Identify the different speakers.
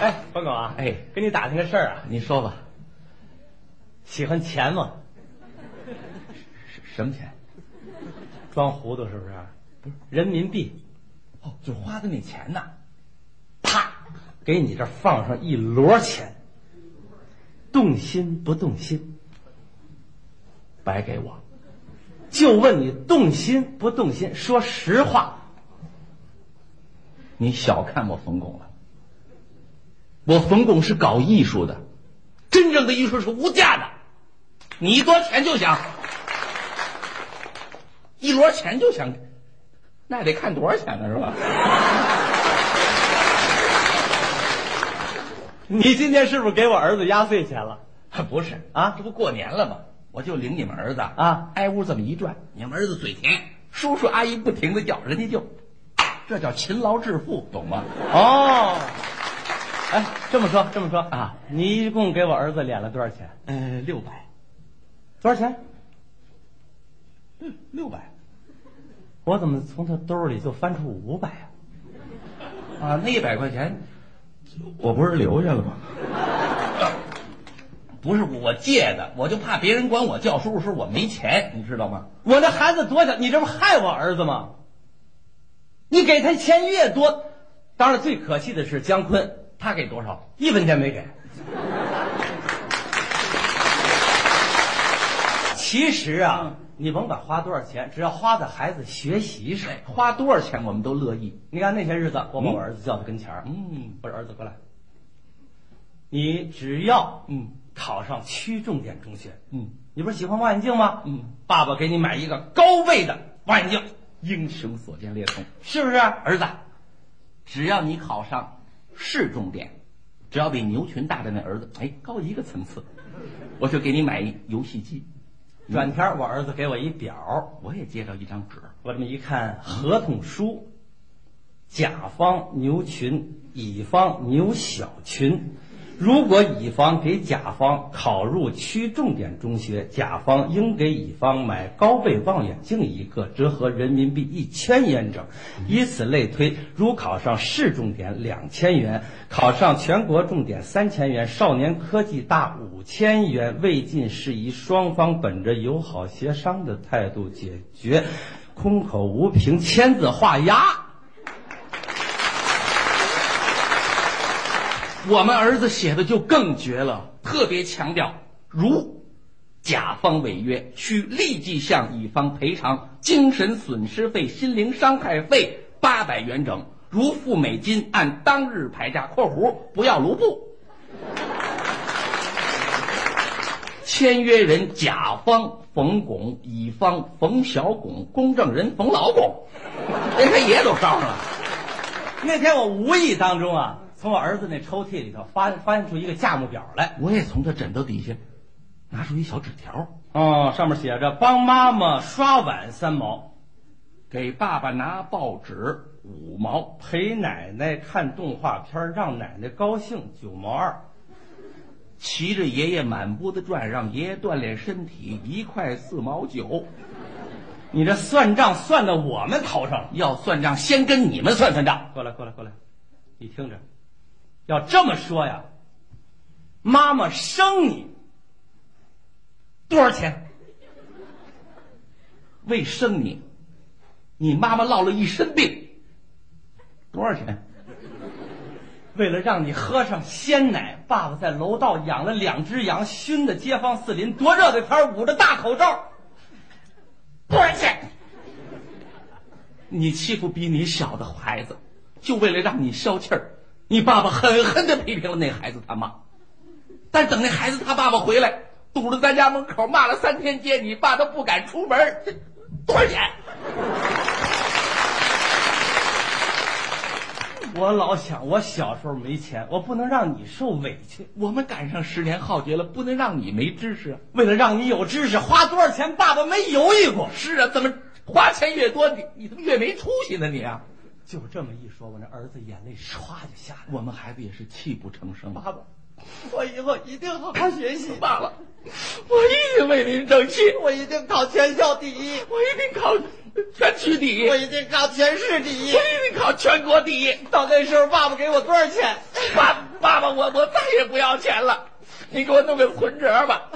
Speaker 1: 哎，冯总啊，
Speaker 2: 哎
Speaker 1: 跟你打听个事儿啊，
Speaker 2: 你说吧，
Speaker 1: 喜欢钱吗？
Speaker 2: 什什么钱？
Speaker 1: 装糊涂是不是？啊不是，人民币，
Speaker 2: 哦，就是花的那钱呐。
Speaker 1: 啪，给你这儿放上一摞钱，动心不动心？
Speaker 2: 白给我，
Speaker 1: 就问你动心不动心？说实话，
Speaker 2: 你小看我冯巩了。我冯巩是搞艺术的，真正的艺术是无价的，你多少钱就想，一摞钱就想，那得看多少钱呢，是吧？
Speaker 1: 你今天是不是给我儿子压岁钱了？
Speaker 2: 不是
Speaker 1: 啊
Speaker 2: 这不过年了吗？我就领你们儿子
Speaker 1: 啊，
Speaker 2: 挨屋这么一转，你们儿子嘴甜，叔叔阿姨不停的叫，人家就，这叫勤劳致富，懂吗？
Speaker 1: 哦，哎，这么说这么说
Speaker 2: 啊，
Speaker 1: 你一共给我儿子敛了多少钱？
Speaker 2: 呃，六百，
Speaker 1: 多少钱？
Speaker 2: 嗯，六百
Speaker 1: 我怎么从他兜里就翻出五百啊？
Speaker 2: 啊，那一百块钱，我不是留下了吗？不是我借的，我就怕别人管我叫叔叔，说我没钱，你知道吗？
Speaker 1: 我那孩子多小，你这不害我儿子吗？你给他钱越多，当然最可气的是姜昆，
Speaker 2: 他给多少？
Speaker 1: 一分钱没给。其实啊，你甭管花多少钱，只要花在孩子学习上。
Speaker 2: 哎花多少钱我们都乐意。
Speaker 1: 你看那些日子，我把
Speaker 2: 嗯
Speaker 1: 我儿子叫到跟前儿，
Speaker 2: 嗯
Speaker 1: 我说儿子过来，你只要
Speaker 2: 嗯
Speaker 1: 考上区重点中学，
Speaker 2: 嗯，
Speaker 1: 你不是喜欢望远镜吗？
Speaker 2: 嗯，
Speaker 1: 爸爸给你买一个高倍的望远镜，
Speaker 2: 英雄所见略同。
Speaker 1: 是不是？
Speaker 2: 儿子，只要你考上市重点，只要比牛群大的那儿子哎高一个层次，我就给你买一游戏机。嗯
Speaker 1: 转天儿我儿子给我一表，
Speaker 2: 我也接到一张纸，
Speaker 1: 我这么一看合同书，甲方牛群，乙方牛小群。如果乙方给甲方考入区重点中学，甲方应给乙方买高倍望远镜一个，折合人民币一千元整。以此类推，如考上市重点两千元，考上全国重点三千元，少年科技大五千元，未尽事宜，双方本着友好协商的态度解决，空口无凭，签字画押。
Speaker 2: 我们儿子写的就更绝了，特别强调，如甲方违约，需立即向乙方赔偿精神损失费、心灵伤害费八百元整，如付美金，按当日牌价（括弧不要卢布）。签约人甲方冯巩，乙方冯小巩，公证人冯老巩，连他爷都捎上了。
Speaker 1: 那天我无意当中啊，从我儿子那抽屉里头发发现出一个价目表来。
Speaker 2: 我也从他枕头底下拿出一小纸条。
Speaker 1: 哦，上面写着帮妈妈刷碗三毛，
Speaker 2: 给爸爸拿报纸五毛，
Speaker 1: 陪奶奶看动画片儿让奶奶高兴九毛二。
Speaker 2: 骑着爷爷满屋子转，让爷爷锻炼身体，一块四毛九。
Speaker 1: 你这算账算到我们头上了。
Speaker 2: 要算账，先跟你们算算账。
Speaker 1: 过来，过来，过来，你听着，要这么说呀，妈妈生你多少钱？
Speaker 2: 为生你，你妈妈落了一身病，多少钱？
Speaker 1: 为了让你喝上鲜奶，爸爸在楼道养了两只羊，熏得街坊四邻多热的天儿，捂着大口罩。
Speaker 2: 多少钱？你欺负比你小的孩子，就为了让你消气儿，你爸爸狠狠的批评了那孩子他妈。但等那孩子他爸爸回来，堵着咱家门口骂了三天街，你爸都不敢出门儿，这多少钱？
Speaker 1: 我老想，我小时候没钱，我不能让你受委屈。
Speaker 2: 我们赶上十年浩劫了，不能让你没知识啊！
Speaker 1: 为了让你有知识，花多少钱，爸爸没犹豫过。
Speaker 2: 是啊，怎么花钱越多，你你怎么越没出息呢？你啊，
Speaker 1: 就这么一说，我那儿子眼泪唰就下来了。
Speaker 2: 我们孩子也是泣不成声。
Speaker 1: 爸爸，我以后一定好好学习，
Speaker 2: 罢了，我一定为您争气。
Speaker 1: 我一定考全校第一，
Speaker 2: 我一定考全区第一，
Speaker 1: 我
Speaker 2: 我
Speaker 1: 一定考全市第一。
Speaker 2: 一定考全国第一。
Speaker 1: 到那时候，爸爸给我多少钱？
Speaker 2: 爸爸吧，我我再也不要钱了，你给我弄个存折吧。